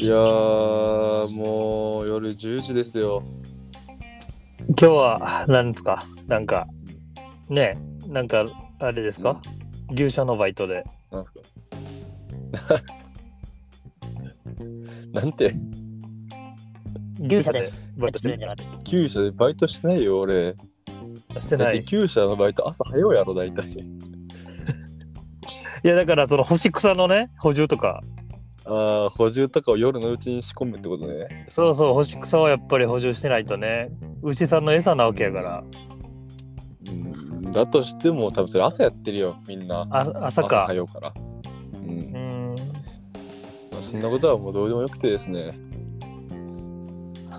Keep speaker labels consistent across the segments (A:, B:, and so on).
A: いやー、もう夜10時ですよ。
B: 今日は何ですかなんかねえなんかあれですか牛舎のバイトで
A: なんすか なんて、
C: 牛舎で
B: バイトし
C: する
B: て
C: んじゃなくて。
A: 厩舎でバイトしないよ、俺。
B: して
A: だっ
B: な
A: て
B: い
A: 厩舎のバイト朝早うやろ、大体。
B: いやだからその干し草のね補充とか
A: ああ、補充とかを夜のうちに仕込むってことね。
B: そうそう干し草はやっぱり補充してないとね牛さんの餌なわけやから
A: うん、だとしても、多分それ朝やってるよ、みんな。
B: あ朝か
A: 早うから。う、
B: うんん
A: そんなことはもうどうでもよくてですね。
B: う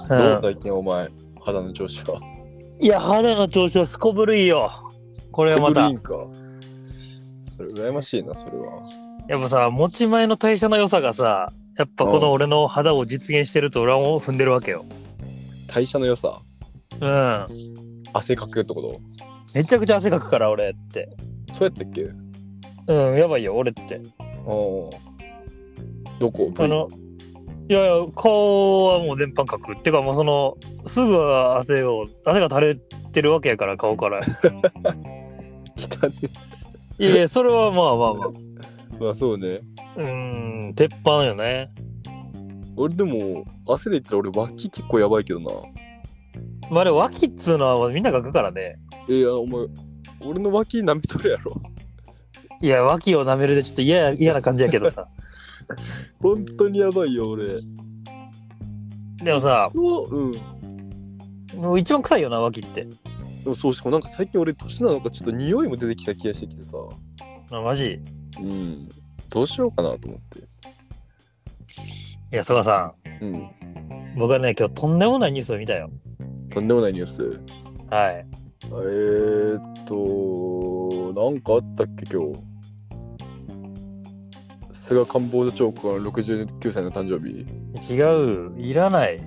A: どうん最近お前、肌の調子は。
B: いや肌の調子はすこぶるいいよこれはまた
A: ブルーインか。それ羨ましいな、それは。
B: やっぱさ持ち前の代謝の良さがさやっぱこの俺の肌を実現してると俺はもう踏んでるわけよ
A: 代謝の良さ。
B: うん
A: 汗かくってこと
B: めちゃくちゃ汗かくから俺って
A: そうやったっけ
B: うんやばいよ俺って
A: おどこ
B: あのいやいや顔はもう全般かくっていうかもうそのすぐ汗を汗が垂れてるわけやから顔から い
A: 汚ね
B: やいやそれはまあまあまあう
A: まあそうね
B: ーん鉄板よね
A: 俺でも汗で言ったら俺脇結構やばいけどな
B: まああれ脇っつうのはみんなかくからね
A: いやお前俺の脇舐めとるやろ
B: いや脇を舐めるでちょっと嫌や嫌な感じやけど さ
A: 本当にやばいよ俺
B: でもさ
A: ううんで
B: もう一番臭いよな脇って
A: もそうしかもなんか最近俺年なのかちょっと匂いも出てきた気がしてきてさ
B: あマジ
A: うんどうしようかなと思っ
B: いやそばさ
A: てうん
B: ん僕はね今日とんでもないニュースを見たよ
A: とんでもないニュース
B: はい
A: えー、っとなんかあったっけ今日菅官房長官69歳の誕生日
B: 違ういらない
A: 違う。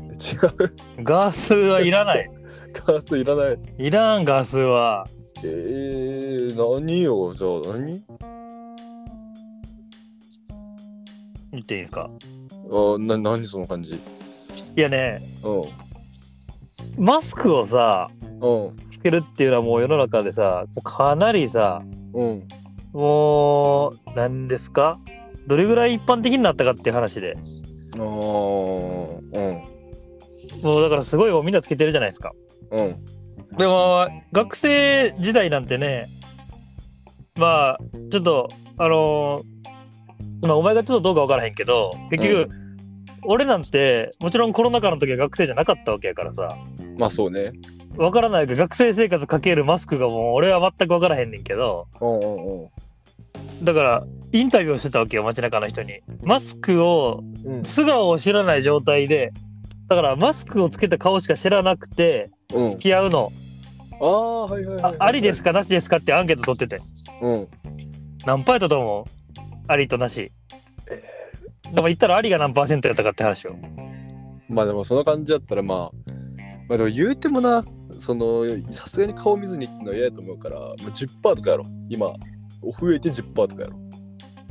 B: ガースはいらない
A: カースいらない。
B: いらんガースは
A: えー、何よ、じゃあ何
B: 言っていいですか
A: あな、何その感じ。
B: いやね
A: うん。
B: マスクをさ
A: うん。
B: つけるっていうのはもう世の中でさもうかなりさ
A: うん。
B: もう何ですかどれぐらい一般的になったかっていう話で
A: あー、
B: もうだからすごいもうみんなつけてるじゃないですか
A: うん。うん。
B: でも学生時代なんてねまあちょっとあのーまあお前がちょっとどうか分からへんけど結局、
A: う
B: 俺なんてもちろんコロナ禍の時は学生じゃなかったわけやからさ、
A: まあそうね。
B: わからないけど学生生活かけるマスクがもう俺は全くわからへんねんけど
A: うんうん
B: だからインタビューをしてたわけよ街中の人にマスクを
A: うん。
B: 素顔を知らない状態でだからマスクをつけた顔しか知らなくて
A: うん。
B: 付き合うの、
A: ああ、はいはいはい、
B: あありです
A: か。
B: かなしですかってアンケート取ってて
A: うん。
B: 何パーやったと思うありとなしだから言ったらありが何パーセントやったかって話を
A: まあでもその感じだったらまあ、まあでも言うてもな、その、さすがに顔見ずにっていうのは嫌やと思うから、まあ、10%とかやろ。今、増えて10%とかや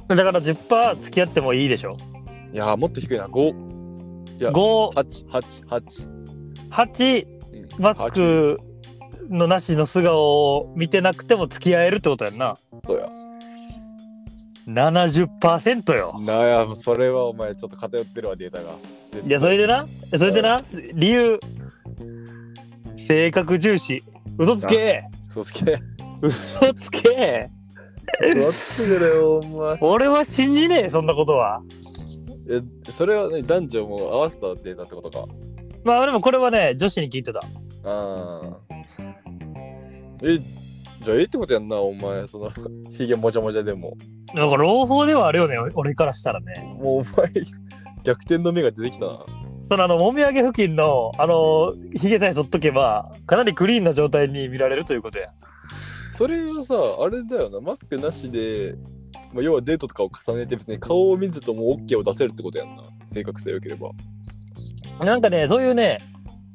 A: ろ。
B: だから10パー付き合ってもいいでしょ
A: いやー、もっと低いな。5、いや
B: 58
A: 8、8、8。うん
B: マスクのなしの素顔を見てなくても付き合えるってことやんな
A: そうや。
B: 70%よ。
A: なや、それはお前ちょっと偏ってるわ、データが。
B: いやそれでなそれでな理由性格重視嘘つけ
A: そうすけ。
B: 嘘つけ
A: 待ってくれよ、お前。
B: 俺は信じねえそんなことは。
A: え、それは、ね、男女も合わせたデータってことか。
B: まあでもこれはね女子に聞いてた。
A: ああ。え、じゃあいいってことやんな、お前。その、ひげもじゃもじゃでも。
B: なんか朗報ではあるよね俺からしたらね。
A: もうお前、逆転の目が出てきたな。
B: そのあのもみあげ付近のあのひげさえ取っとけばかなりクリーンな状態に見られるということや。
A: それはさ、あれだよな、マスクなしで、まあ、要はデートとかを重ねて別に顔を見ずとも OK を出せるってことやんな。正確さえ良ければ。
B: なんかねそういうね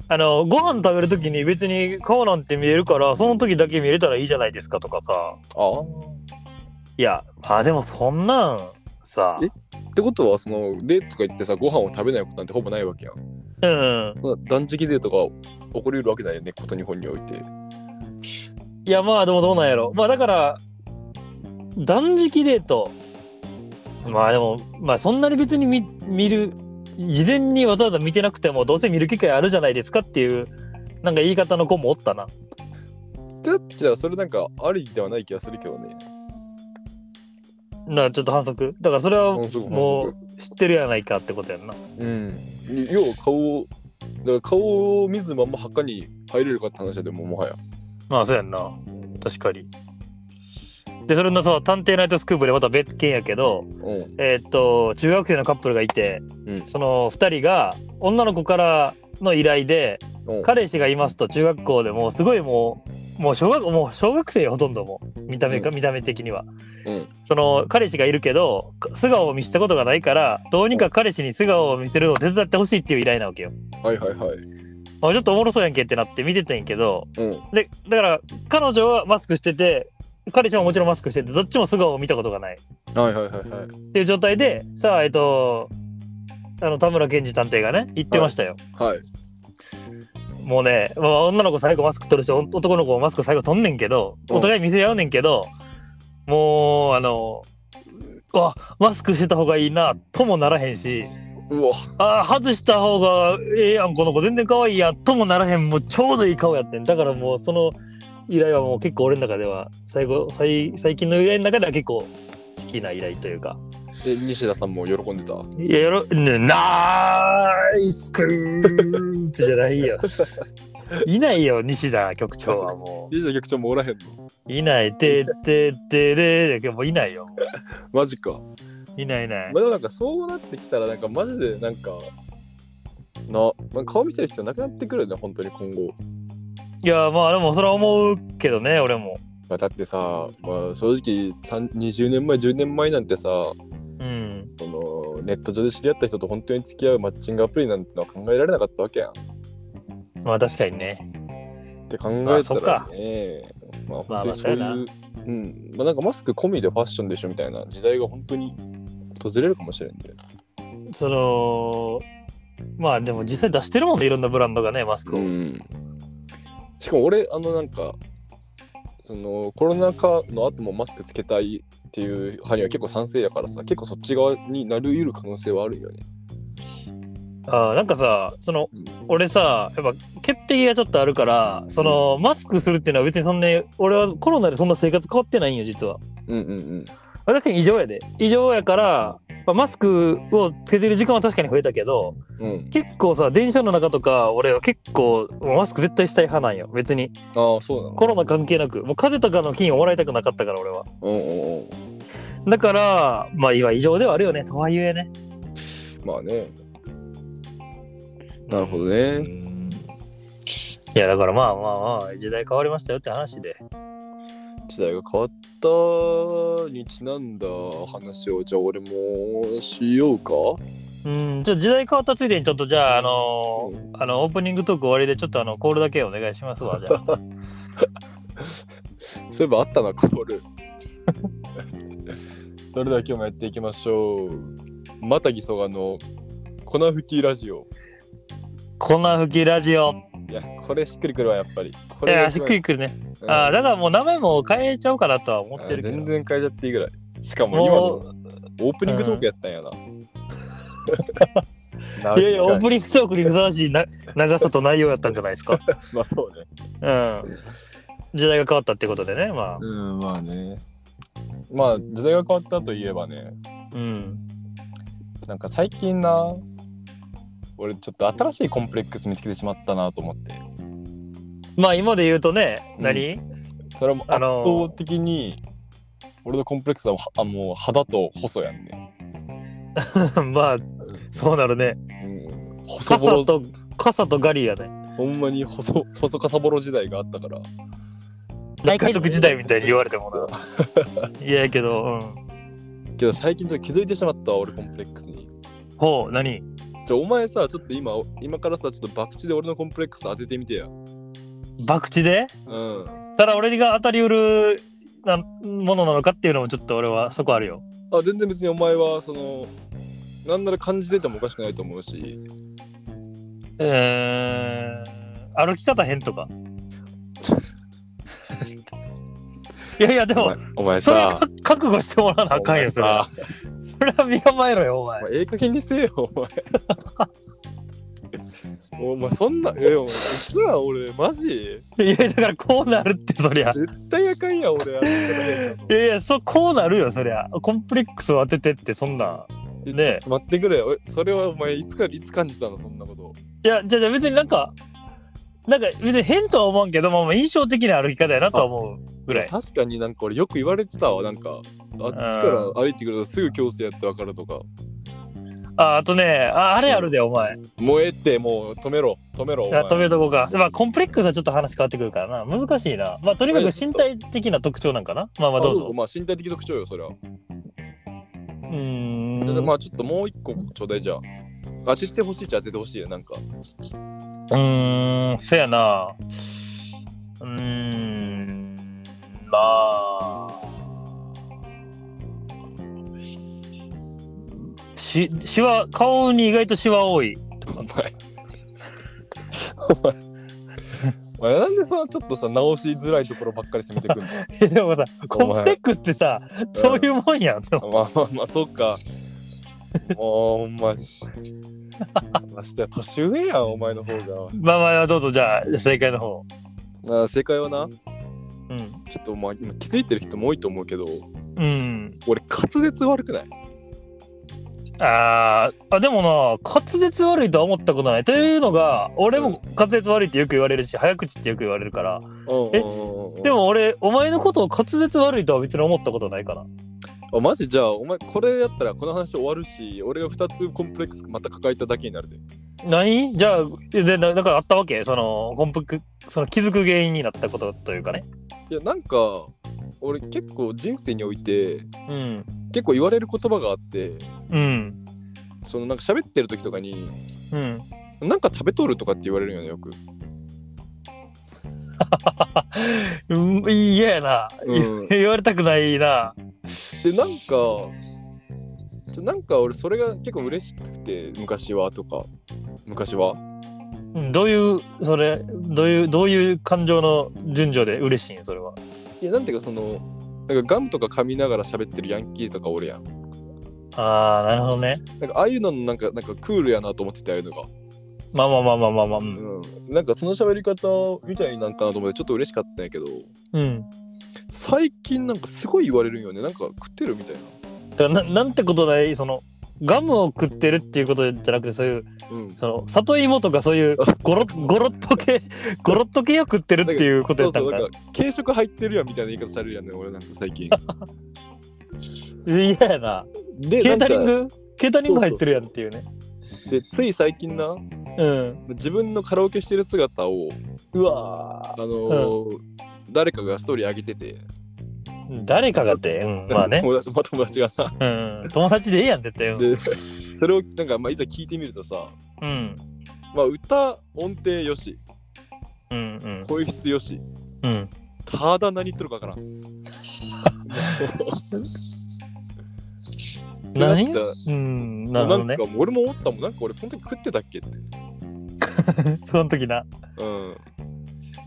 B: あのご飯食べる時に別に顔なんて見えるからその時だけ見れたらいいじゃないですかとかさ
A: ああ。
B: いや、まあでもそんなんさ
A: え、ってことはそのデートとか行ってさご飯を食べないことなんてほぼないわけやん
B: うん。
A: そんな断食デートが起こりうるわけないよねこと日本において
B: いやまあでもどうなんやろまあだから断食デートまあでもまあそんなに別に見見る事前にわざわざ見てなくてもどうせ見る機会あるじゃないですかっていうなんか言い方の子もおったな
A: だってきたらそれなんかありではない気がするけどね
B: なあちょっと反則だからそれは
A: 反則
B: も
A: 反
B: う知ってるやないかってことやんな
A: うん要は顔をだから顔を見ずまんま墓に入れるかって話だでもうもはや
B: まあそうやんな確かにでそれのさ「探偵ナイトスクープ」でまた別件やけど
A: うん
B: えーっと中学生のカップルがいて、
A: うん
B: その2人が女の子からの依頼で
A: うん
B: 彼氏がいますと中学校でもうすごいもうもう小学もう小学生よほとんどもう見た目か、
A: う
B: 見た目的には
A: うん
B: その彼氏がいるけどか素顔を見せたことがないからどうにか彼氏に素顔を見せるのを手伝ってほしいっていう依頼なわけよ、
A: はいはいはい
B: あ、ちょっとおもろそうやんけってなって見てたんやけど
A: うん
B: でだから彼女はマスクしてて彼氏ももちろんマスクしててどっちも素顔を見たことがない
A: はいはいはいはい
B: っていう状態でさあえっとあの田村健二探偵がね言ってましたよ、
A: はい
B: もうね、まあ、女の子最後マスク取るしお男の子もマスク最後取んねんけど
A: うん
B: お互い見せ合うねんけどもうあのうわマスクしてた方がいいなともならへんし
A: うわ
B: あー外した方がええやんこの子全然可愛いやんともならへんもうちょうどいい顔やってんだからもうその依頼はもう結構俺の中では最後最最近の依頼の中では結構好きな依頼というか
A: で西田さんも喜んでた
B: いやよろ、ね、ナイスクーってじゃないよ。いないよ、西田局長はも
A: 西田局長もおらへんの
B: う。いない、てててれで、もういないよ。
A: マジか
B: いないいない
A: まあ。でもなんかそうなってきたらなんかマジでなんかな、まあ、顔見せる必要なくなってくるよね本当に今後、
B: いや、まあでもそれは思うけどね、俺も。
A: まあ、だってさ、まあ、正直さん20年前10年前なんてさ
B: うん。
A: そのネット上で知り合った人と本当に付き合うマッチングアプリなんてのは考えられなかったわけやん
B: まあ確かにね。
A: って考
B: ま
A: え
B: あそ
A: た
B: っ
A: ら
B: か
A: ねまあ本
B: まあ
A: 当
B: ま
A: に
B: あ
A: そういう、
B: そう
A: う
B: やな
A: んまあ、なんかマスク込みでファッションでしょみたいな時代が本当に訪れるかもしれんで、
B: その、まあでも実際出してるもんね、いろんなブランドがね、マスクを。
A: ん、しかも俺あのなんかそのコロナ禍の後もマスクつけたいっていう派には結構賛成やからさ結構そっち側になりうる可能性はあるよね
B: あーなんかさその
A: うん
B: 俺さやっぱ潔癖がちょっとあるからそのマスクするっていうのは別にそんな俺はコロナでそんな生活変わってないんよ実は
A: うんうんうん
B: 私に異常やで異常やから、まあ、マスクをつけてる時間は確かに増えたけど
A: うん
B: 結構さ電車の中とか俺は結構もうマスク絶対したい派なんよ別に
A: ああそうなの
B: コロナ関係なくもう風邪とかの菌をもらいたくなかったから俺は
A: うんうんうん
B: だからまあ今異常ではあるよねとはいえね
A: まあねなるほどね
B: いやだからまあまあまあ時代変わりましたよって話で
A: 時代が変わったにちなんだ話をじゃあ俺もしようか
B: うんちょっと時代変わったついでにちょっとじゃああのーあのオープニングトーク終わりでちょっとあのコールだけお願いしますわじゃ あ
A: そういえばあったなコール それでは今日もやっていきましょうまたぎそがの粉吹きラジオ
B: 粉吹きラジオ
A: いやこれしっくりくるわやっぱりこ
B: い
A: れが
B: や
A: 一
B: しっ
A: 番
B: くりくるね
A: うん
B: ああだからもう名前も変えちゃおうかなとは思ってるけど
A: 全然変えちゃっていいぐらいしかも今の
B: も
A: オープニングトークやったんやな、
B: ういやいやオー
A: ン
B: プニングトークにふさわし いな長さと内容やったんじゃないですか
A: グまあそうね
B: うん時代が変わったってことでねまあ
A: うんまあねまあ時代が変わったといえばね
B: うん
A: なんか最近な俺ちょっと新しいコンプレックス見つけてしまったなと思って
B: まあ今で言うとね
A: うん
B: 何、
A: それはもう
B: あ
A: 圧
B: のー
A: 倒的に俺のコンプレックスははあもう肌と細やんね、
B: まあそうなるね
A: うん、細
B: 傘
A: ボロ
B: と傘とガリやね
A: ほんまに細細かさぼろ時代があったから
B: 大海賊時代みたいに言われてもな いややけどうん
A: けど最近ちょっと気づいてしまったわ俺コンプレックスに
B: ほう何
A: じゃあお前さちょっと今今からさちょっと博打で俺のコンプレックス当ててみてや
B: 博打で
A: うん
B: ただ俺が当たりうるなものなのかっていうのもちょっと俺はそこあるよ
A: あ全然別にお前はそのなんなら感じててもおかしくないと思うし
B: うーん歩き方変 とかいやいやで
A: お
B: も
A: 前お前
B: それは
A: さ
B: 覚悟してもらわなあかんよそれは
A: お
B: それは身構えろよお前
A: 前ええ加減にせえよお前 お前そんなえお前実は俺マジ
B: いやだからこうなるってそりゃ
A: 絶対あかんやん俺あれ
B: いやいやそうこうなるよそりゃコンプレックスを当ててってそんな
A: え
B: ねえ
A: ちょっと待ってくれよえそれはお前いつからいつ感じたのそんなこと
B: いやじゃあじゃあ別になんかなんか別に変とは思わんけど、まあ、まあ印象的な歩き方やなとは思うぐらい
A: 確かになんか俺よく言われてたわなんかあっちから歩いてくるとすぐ強制やってわかるとか
B: ああとねああれあるでお前
A: もうええってもう止めろ止めろお
B: いや
A: 前
B: 止めとこうか、まあ、コンプレックスはちょっと話変わってくるからな難しいなまあとにかく身体的な特徴なんかなまあまあ
A: あ
B: どう
A: そう
B: ぞ
A: そうまあ身体的特徴よそれは、
B: うーん
A: まあちょっともう一個ちょうだいじゃあ当ててほしいっちゃ当ててほしいよ なんか
B: うーんせやなうーんまあししわ顔に意外としわ多い
A: お前お前なんでさちょっとさ直しづらいところばっかり攻めてくんの
B: えでもさコンプレックスってさ そういうもんやんでも
A: まあまあまあそっかもうほんまにましてや年上やんお前の方が
B: まあまあどうぞじゃあ正解の方
A: まあ正解はな
B: うん
A: ちょっとまあ今気づいてる人も多いと思うけど
B: うん
A: 俺滑舌悪くない
B: あーあでもな滑舌悪いとは思ったことないというのが俺も滑舌悪いってよく言われるし早口ってよく言われるから
A: うん
B: え
A: うんうん
B: でも俺お前のことを滑舌悪いとは別に思ったことないかな
A: あマジじゃあお前これやったらこの話終わるし俺が2つコンプレックスまた抱えただけになるで
B: 何じゃあでなだからあったわけそのコンプクその気づく原因になったことというかね
A: いやなんか俺結構人生において
B: うん
A: 結構言われる言葉があって
B: うん
A: そのなんか喋ってる時とかに
B: うん
A: なんか食べとるとかって言われるよねよく、
B: うん嫌やな、
A: うん
B: 言われたくないな
A: でなんかちょなんか俺それが結構嬉しくて昔はとか昔は
B: うんどういうそれどういうどういう感情の順序で嬉しいんそれはい
A: やなんていうかそのなんかガムとか噛みながら喋ってるヤンキーとか俺やん
B: ああなるほどね
A: なんかああいうののなんかなんかクールやなと思ってたよのが、
B: まあまあまあまあまあまあうん
A: うん、なんかその喋り方みたいなんかなと思ってちょっと嬉しかったんやけど
B: うん
A: 最近なんかすごい言われるんよねなんか食ってるみたいな
B: だからななんてことないそのガムを食ってるっていうことじゃなくてそういう
A: うん
B: その里芋とかそういうゴロゴロッと 系ゴロッと系を食ってるっていうこと
A: そ
B: やっ
A: う
B: た
A: そ
B: ん
A: う
B: か
A: なんか軽食入ってるやんみたいな言い方されるやんね俺なんか最 近
B: 嫌やな
A: でな
B: ケー
A: んか
B: タリングケータリング入ってるやんっていうね
A: でつい最近な
B: うん
A: 自分のカラオケしてる姿を
B: うわ
A: あのー誰かがストーリー上げてて、
B: ー誰かがってうんまあ ね
A: 友達まあ友 達がな
B: うん友達でええやん絶対うん
A: でそれをなんか、まあ、いざ聞いてみるとさ、
B: うん
A: まあ、歌音程よし
B: うん
A: 声質よし
B: うん
A: ただ何言ってるかわからん。
B: 何
A: なんか
B: うんな
A: な
B: るほどね
A: んかもう俺も思ったもんなんか俺この時食ってたっけって。
B: その時な
A: うん。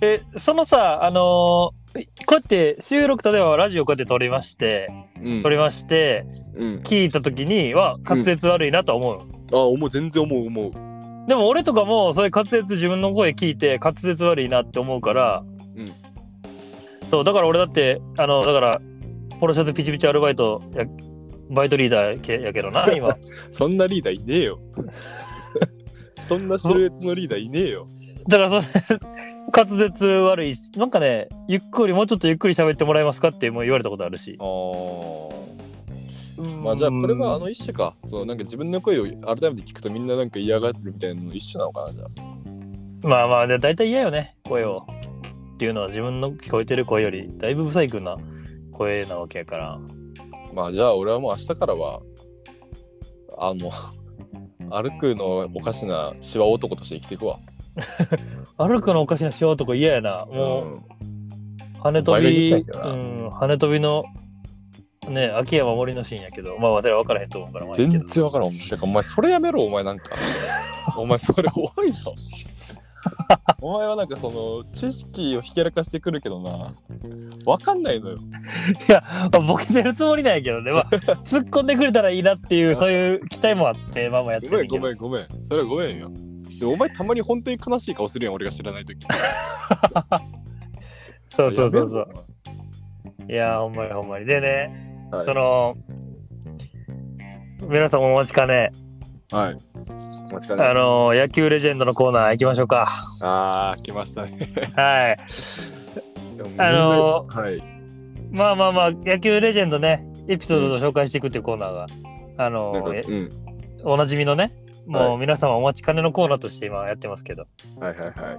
B: えそのさあのーこうやって収録例えばラジオこうやって撮りまして
A: うん
B: 撮。りまして
A: うん、
B: 聞いた時には滑舌悪いなと思う、
A: あ思う全然思う思う。
B: でも俺とかもそういう滑舌自分の声聞いて滑舌悪いなって思うから、そうだから俺だってあのだからポロシャツピチピチアルバイトやバイトリーダーけやけ どな今
A: そんなリーダーいねえよ。 そんなシルエットのリーダーいねえよ。
B: だからそれ 滑舌悪いしなんかねゆっくりもうちょっとゆっくり喋ってもらえますかってもう言われたことあるし
A: ああ。まあじゃあこれがあの一種か。そのなんか自分の声を改めて聞くとみんななんか嫌がるみたいなの一種なのかなじゃあ。
B: まあまあで大体嫌よね声をっていうのは自分の聞こえてる声よりだいぶ不細工な声なわけやから
A: まあじゃあ俺はもう明日からはあの歩くのおかしなシワ男として生きていくわ。
B: 歩くのおかしなしようとか嫌やなもう
A: うん
B: 跳ね飛び、
A: お前が言いたいから
B: うん、跳ね飛びのね、秋山森のシーンやけど、まあ、忘れは分からへんと思うから、まあいい
A: 全
B: け
A: 然
B: ど。
A: 分からん。お前てかお前それやめろ、お前なん か。お前それ多いぞ。 お前はなんかその知識をひけらかしてくるけどな。分かんないのよ。
B: いや、まあ ボケてるつもりなんやけどね、ま あ、突っ込んでくれたらいいなっていう、そういう期待もあって、まあまあやって
A: ご
B: る
A: め
B: け
A: ん
B: ど
A: ご。めんごめん。それはごめんよ。でお前たまに本当に悲しい顔するやん、俺が知らないとき。
B: そうそうそうそう
A: や。
B: いや、ほんまにほんまに。でね、
A: めろ。はい
B: その、皆さんもお待ちかね、
A: はい。お待ちかね。
B: あの、野球レジェンドのコーナー行きましょうか。
A: ああ、来ましたね。
B: はい。あの
A: はい。
B: まあまあまあ、野球レジェンドね、エピソードを紹介していくっていうコーナーが、あの
A: なん、か
B: え
A: うん。
B: おなじみのね、も
A: は
B: う皆様お待ちかねのコーナーとして今やってますけど、
A: はいはいはい。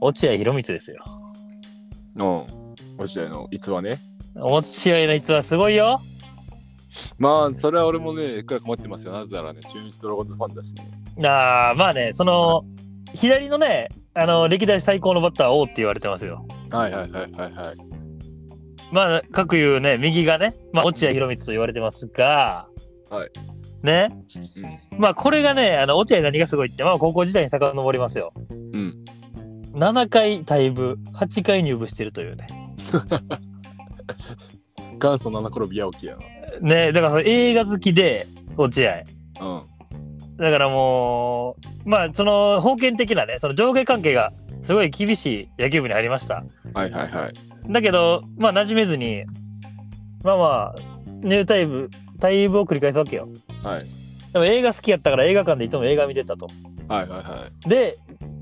B: 落合博満ですよ。
A: うん。落合の逸話ね。
B: 落合の逸話すごいよ。
A: まあ、それは俺もね、いくらか持ってますよ。なぜならね、中日ドラゴンズファンだしね。
B: あーまあね、その、左のね、あの、歴代最高のバッター王って言われてますよ。
A: はいはいはいはいはい。
B: まあ、各いうね、右がね、まあ、落合博満と言われてますが、
A: はい。
B: ね、まあ、これがね、あの、落合何がすごいって、まあ、高校時代に遡りますよ。
A: うん。
B: 7回退部、8回入部してるというね。
A: 元祖七転び八起きや
B: ね、だからその映画好きで、落合。
A: な。うん。
B: だからもう、まあ、その、封建的なね、その上下関係がすごい厳しい野球部に入りました。
A: はいはいはい。
B: だけど、まあ、馴染めずに、まあまあ、入退部、退部を繰り返すわけよ。
A: はい。
B: でも映画好きやったから映画館でいつも映画見てたと。
A: はいはいは
B: で、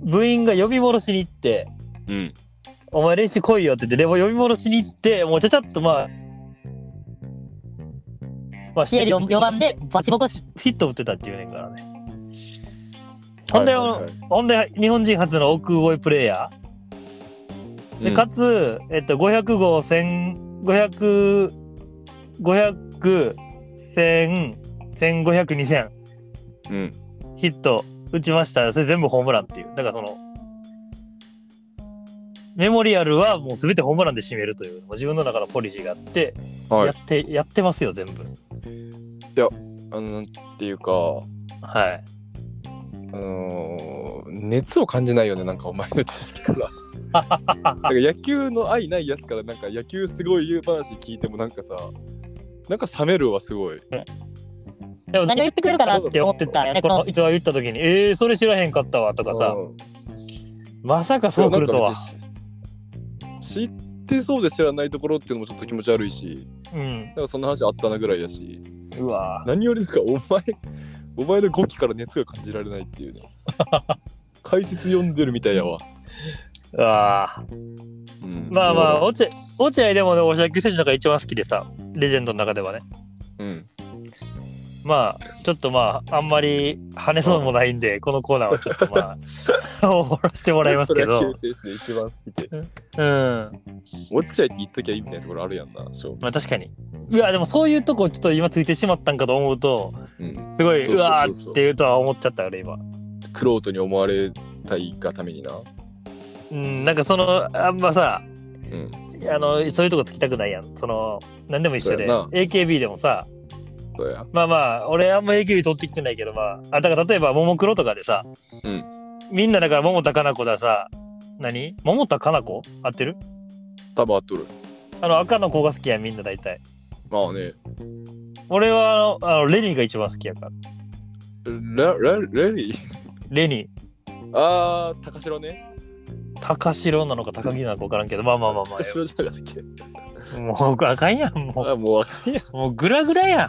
B: 部員が呼び戻しに行って、
A: い。うん。
B: お前練習来いよって言って、レボ呼び戻しに行って、もうちゃちゃっとまあ、まあ、
C: 試合で
B: ヒ
C: 4番でバチボコし、
B: ット打ってたっていうねんからね。ほんで、
A: はいはいはい
B: ほんで、日本人初の億超えプレイヤー。で、
A: うん
B: かつ、えっと、500号、1000、500、500、1000、1500、2000
A: うん。
B: ヒット打ちました。それ全部ホームランっていう。だからその、メモリアルはもう全てホームランで締めるという、もう自分の中のポリシーがあって、
A: はい
B: や。って、やってますよ、全部。
A: あの、なんていうか、
B: はい。
A: あのー、熱を感じないよね、なんかお前の知識 から。なんか野球の愛ないやつから、なんか野球すごい言う話聞いても、なんかさ、なんか冷めるわ、すごい。
B: でも
C: 何を言ってくれるかな
B: っ
C: ってて
B: 思
C: 思
B: っ
C: っててた
B: たよ
C: よ
B: ね。
C: ね
B: こ
C: この
B: の人は言った時に、えー、それ知らへんかったわとかさ、
A: うん
B: まさかそう来ると
A: な
B: は。
A: んか別に知ってそうで知らないところっていうのもちょっと気持ち悪いし
B: うん。
A: なんかそんな話あったなぐらいやし
B: うわ
A: 何よりなんかお前お前の語気から熱が感じられないって いうね解説読んでるみたいやわ、
B: うわ
A: うん
B: まあまあ、落合、落合でもね、俺野球選手の中で一番好きでさ、レジェンドの中ではね。
A: うん
B: まあ、ちょっとまあ、あんまり跳ねそうもないんで、このコーナーはちょっとまあ、 おろしてもらいますけど。
A: プロ野球選手で一番好きで
B: うん。
A: 落ちちゃいって言っときゃいいみたいなところあるやんなそう、
B: まあ確かに。いや、でもそういうとこちょっと今ついてしまったんかと思うと、
A: うん、
B: すごい、
A: そう
B: う
A: そう
B: わ
A: そう
B: ー
A: そう
B: っていうとは思っちゃったよ、俺今。
A: クロートに思われたいがためにな
B: うん、なんかその、あんまさ、
A: うん
B: あの、そういうとこつきたくないやん。その、何でも一緒で。
A: そうやな
B: AKB でもさ、
A: そうや
B: まあまあ、俺あんま AKB 取ってきてないけど、まあ、あ、だから例えば、ももクロとかでさ、
A: うん
B: みんなだから、桃田かな子ださ、何桃田かな子合ってる
A: 多分合っとる
B: あの、赤の子が好きやん、みんな大体。
A: まあね
B: 俺はあの、あのレニーが一番好きやから。
A: ララレリー
B: レニー、
A: あー高城ね
B: 高城なのか高木なのか分からんけど、まあまあまあま
A: 高城じゃなかったっけ
B: あ、もうあかんやん、も
A: あもう
B: う、もうグラグラやん。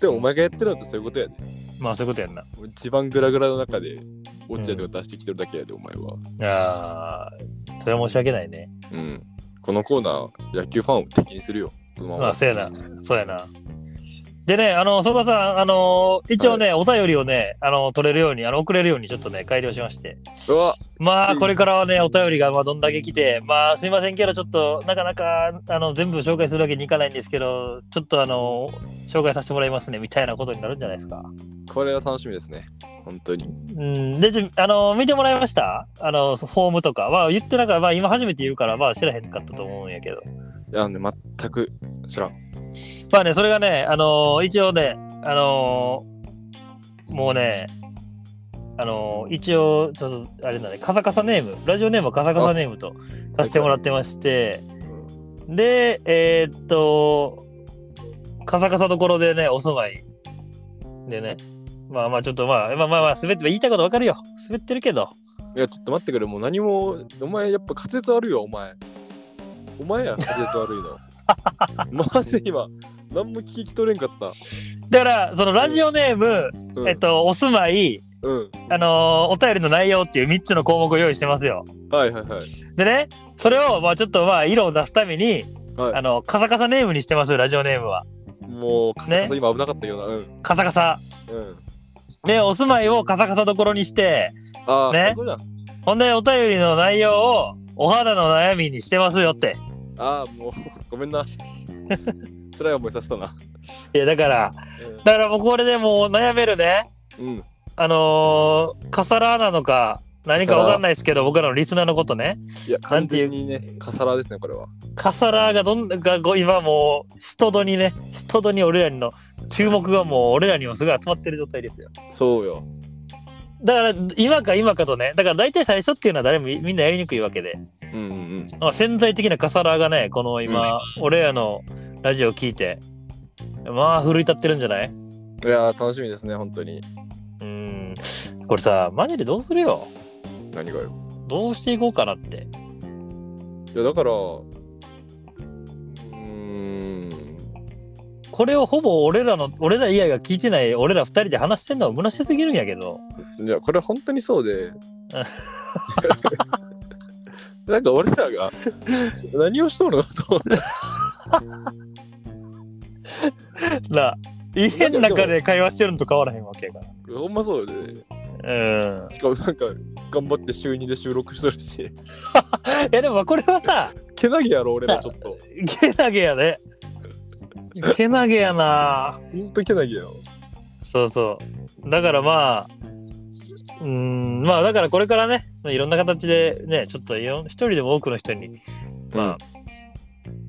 A: でもお前がやってるのってそういうことやね
B: まあそういうことやんな。
A: 一番グラグラの中で落合とか出してきてるだけやで、お前は
B: あーそれは申し訳ないね。
A: うんこのコーナー野球ファンを敵にするよこのま
B: ま
A: ま
B: あそうやな、そうやな。でね、あの、曽田さん、あの、一応ね、お便りをね、あの、取れるように、あの、送れるようにちょっとね、改良しまして。
A: うわ
B: ま
A: う
B: あ、
A: ん
B: これからはね、お便りが、まあ、どんだけ来て、まあ、すいませんけど、ちょっと、なかなか、あの、全部紹介するわけにいかないんですけど、ちょっと、あの、紹介させてもらいますね、みたいなことになるんじゃないですか。
A: これは楽しみですね本当に
B: うん、で、じゃあの、見てもらいましたあの、フォームとか。まあ、言ってなかった、まあ、今初めて言うから、まあ、知らへんかったと思うんやけど。
A: いあのね、全く知らん。
B: まあね、それがね、あのー一応ね、あのーもうね、あのー一応、ちょっと、あれだね、カサカサネーム、ラジオネームはカサカサネームとさせてもらってまして、で、えーっと、カサカサところでね、お住まいでね、まあまあちょっとまあ、まあまあまあ、滑って、言いたいことわかるよ。滑ってるけど。
A: いや、ちょっと待ってくれ、もう何も、お前やっぱ滑舌悪いよ、お前。お前や、滑舌悪い の。マジで今、何も聞き取れんかった。
B: だから、そのラジオネーム、
A: うん、
B: えっと、お住まい、
A: うん。
B: あのーお便りの内容っていう3つの項目を用意してますよ。
A: はいはいはい。
B: でね、それをまあちょっとまあ色を出すために、
A: はい
B: あのカサカサネームにしてますラジオネームは。
A: もう、カサカサ
B: ね
A: 今危なかったような。うん。
B: カサカサ。
A: うん。
B: で、お住まいをカサカサどころにして、
A: ああ、
B: ね
A: 最高じゃん
B: ほんでお便りの内容をお肌の悩みにしてますよって。
A: ああ、もう、ごめん な。辛い思いさせたな。
B: いや、だから、だからもうこれでもう悩めるね、
A: うん。うん
B: あのー、カサラなのか、何かわかんないですけど、僕らのリスナーのことね、
A: いや、
B: な
A: 完
B: んていう
A: 全にね、カサラですね、これは。
B: カサラがどんがこう今もう、人戸にね、人戸に俺らの注目がもう俺らにもすごい集まってる状態ですよ。
A: そうよ。
B: だから今か今かとねだから大体最初っていうのは誰もみんなやりにくいわけで、
A: うんうん
B: まあ、潜在的なカサラがねこの今、俺らのラジオ聞いてまあ奮い立ってるんじゃない
A: うん。いやー、楽しみですね、本当に。
B: うんこれさマジでどうするよ
A: 何がよ。
B: どうしていこうかなって
A: いやだからうーん
B: これをほぼ俺らの俺ら以外が聞いてない俺ら二人で話してんのは虚しすぎるんやけど
A: いやこれ本当にそう でなんか俺らが何をしとるのと思って
B: なあ家の中で会話してるのと変わらへんわけやか
A: ほんまそうで
B: らうん
A: しかもなんか頑張って週2で収録しとるし
B: いやでもまあこれはさ
A: けなげやろ俺らちょっと
B: けなげやねけなげやな
A: ほんとけなげよ
B: そうそう。だからまあ、うーん、まあだからこれからね、いろんな形でね、ちょっといろん一人でも多くの人に、まあ、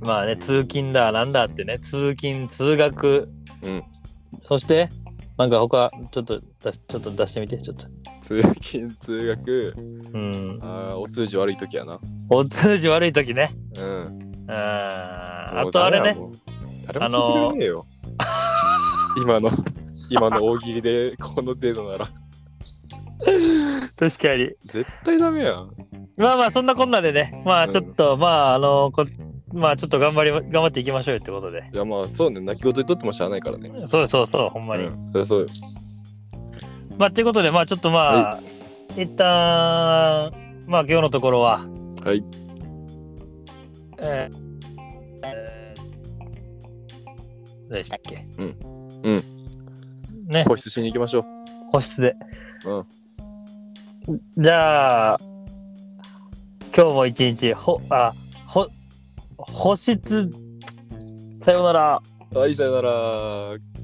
B: まあね、通勤だ、なんだってね、通勤、通学、
A: うん
B: そして、なんか他、ちょっと出し、ちょっと出してみて、ちょっと。
A: 通勤通学
B: うん。
A: あーお通じ悪い時やな
B: お通じ悪い時ね。
A: うん
B: うん。あ
A: もう
B: とあれ
A: ダメや
B: ね、
A: もう誰も聞いてくれねえよ、今の今の大喜利でこの程度なら
B: 確かに。
A: 絶対ダメやん
B: まあまあ、そんなこんなでね、まあちょっと、まああの、こまあちょっと頑張り、頑張っていきましょうよってことで。
A: いやまあそうね泣き言言っとってもしゃあないからね。
B: そうそうそう、ほんまに。
A: うん、そりゃそうよ。
B: まあ、ということで、まあ、ちょっとまあ、一旦、まあ、今日のところは、
A: はい。
B: えー、えー、何でしたっけ
A: うんうん。
B: ね、
A: 保湿しに行きましょう。
B: 個室で。
A: うん
B: じゃあ、今日も一日、ほ、あ、ほ、保湿、さようなら。
A: はい、さよなら。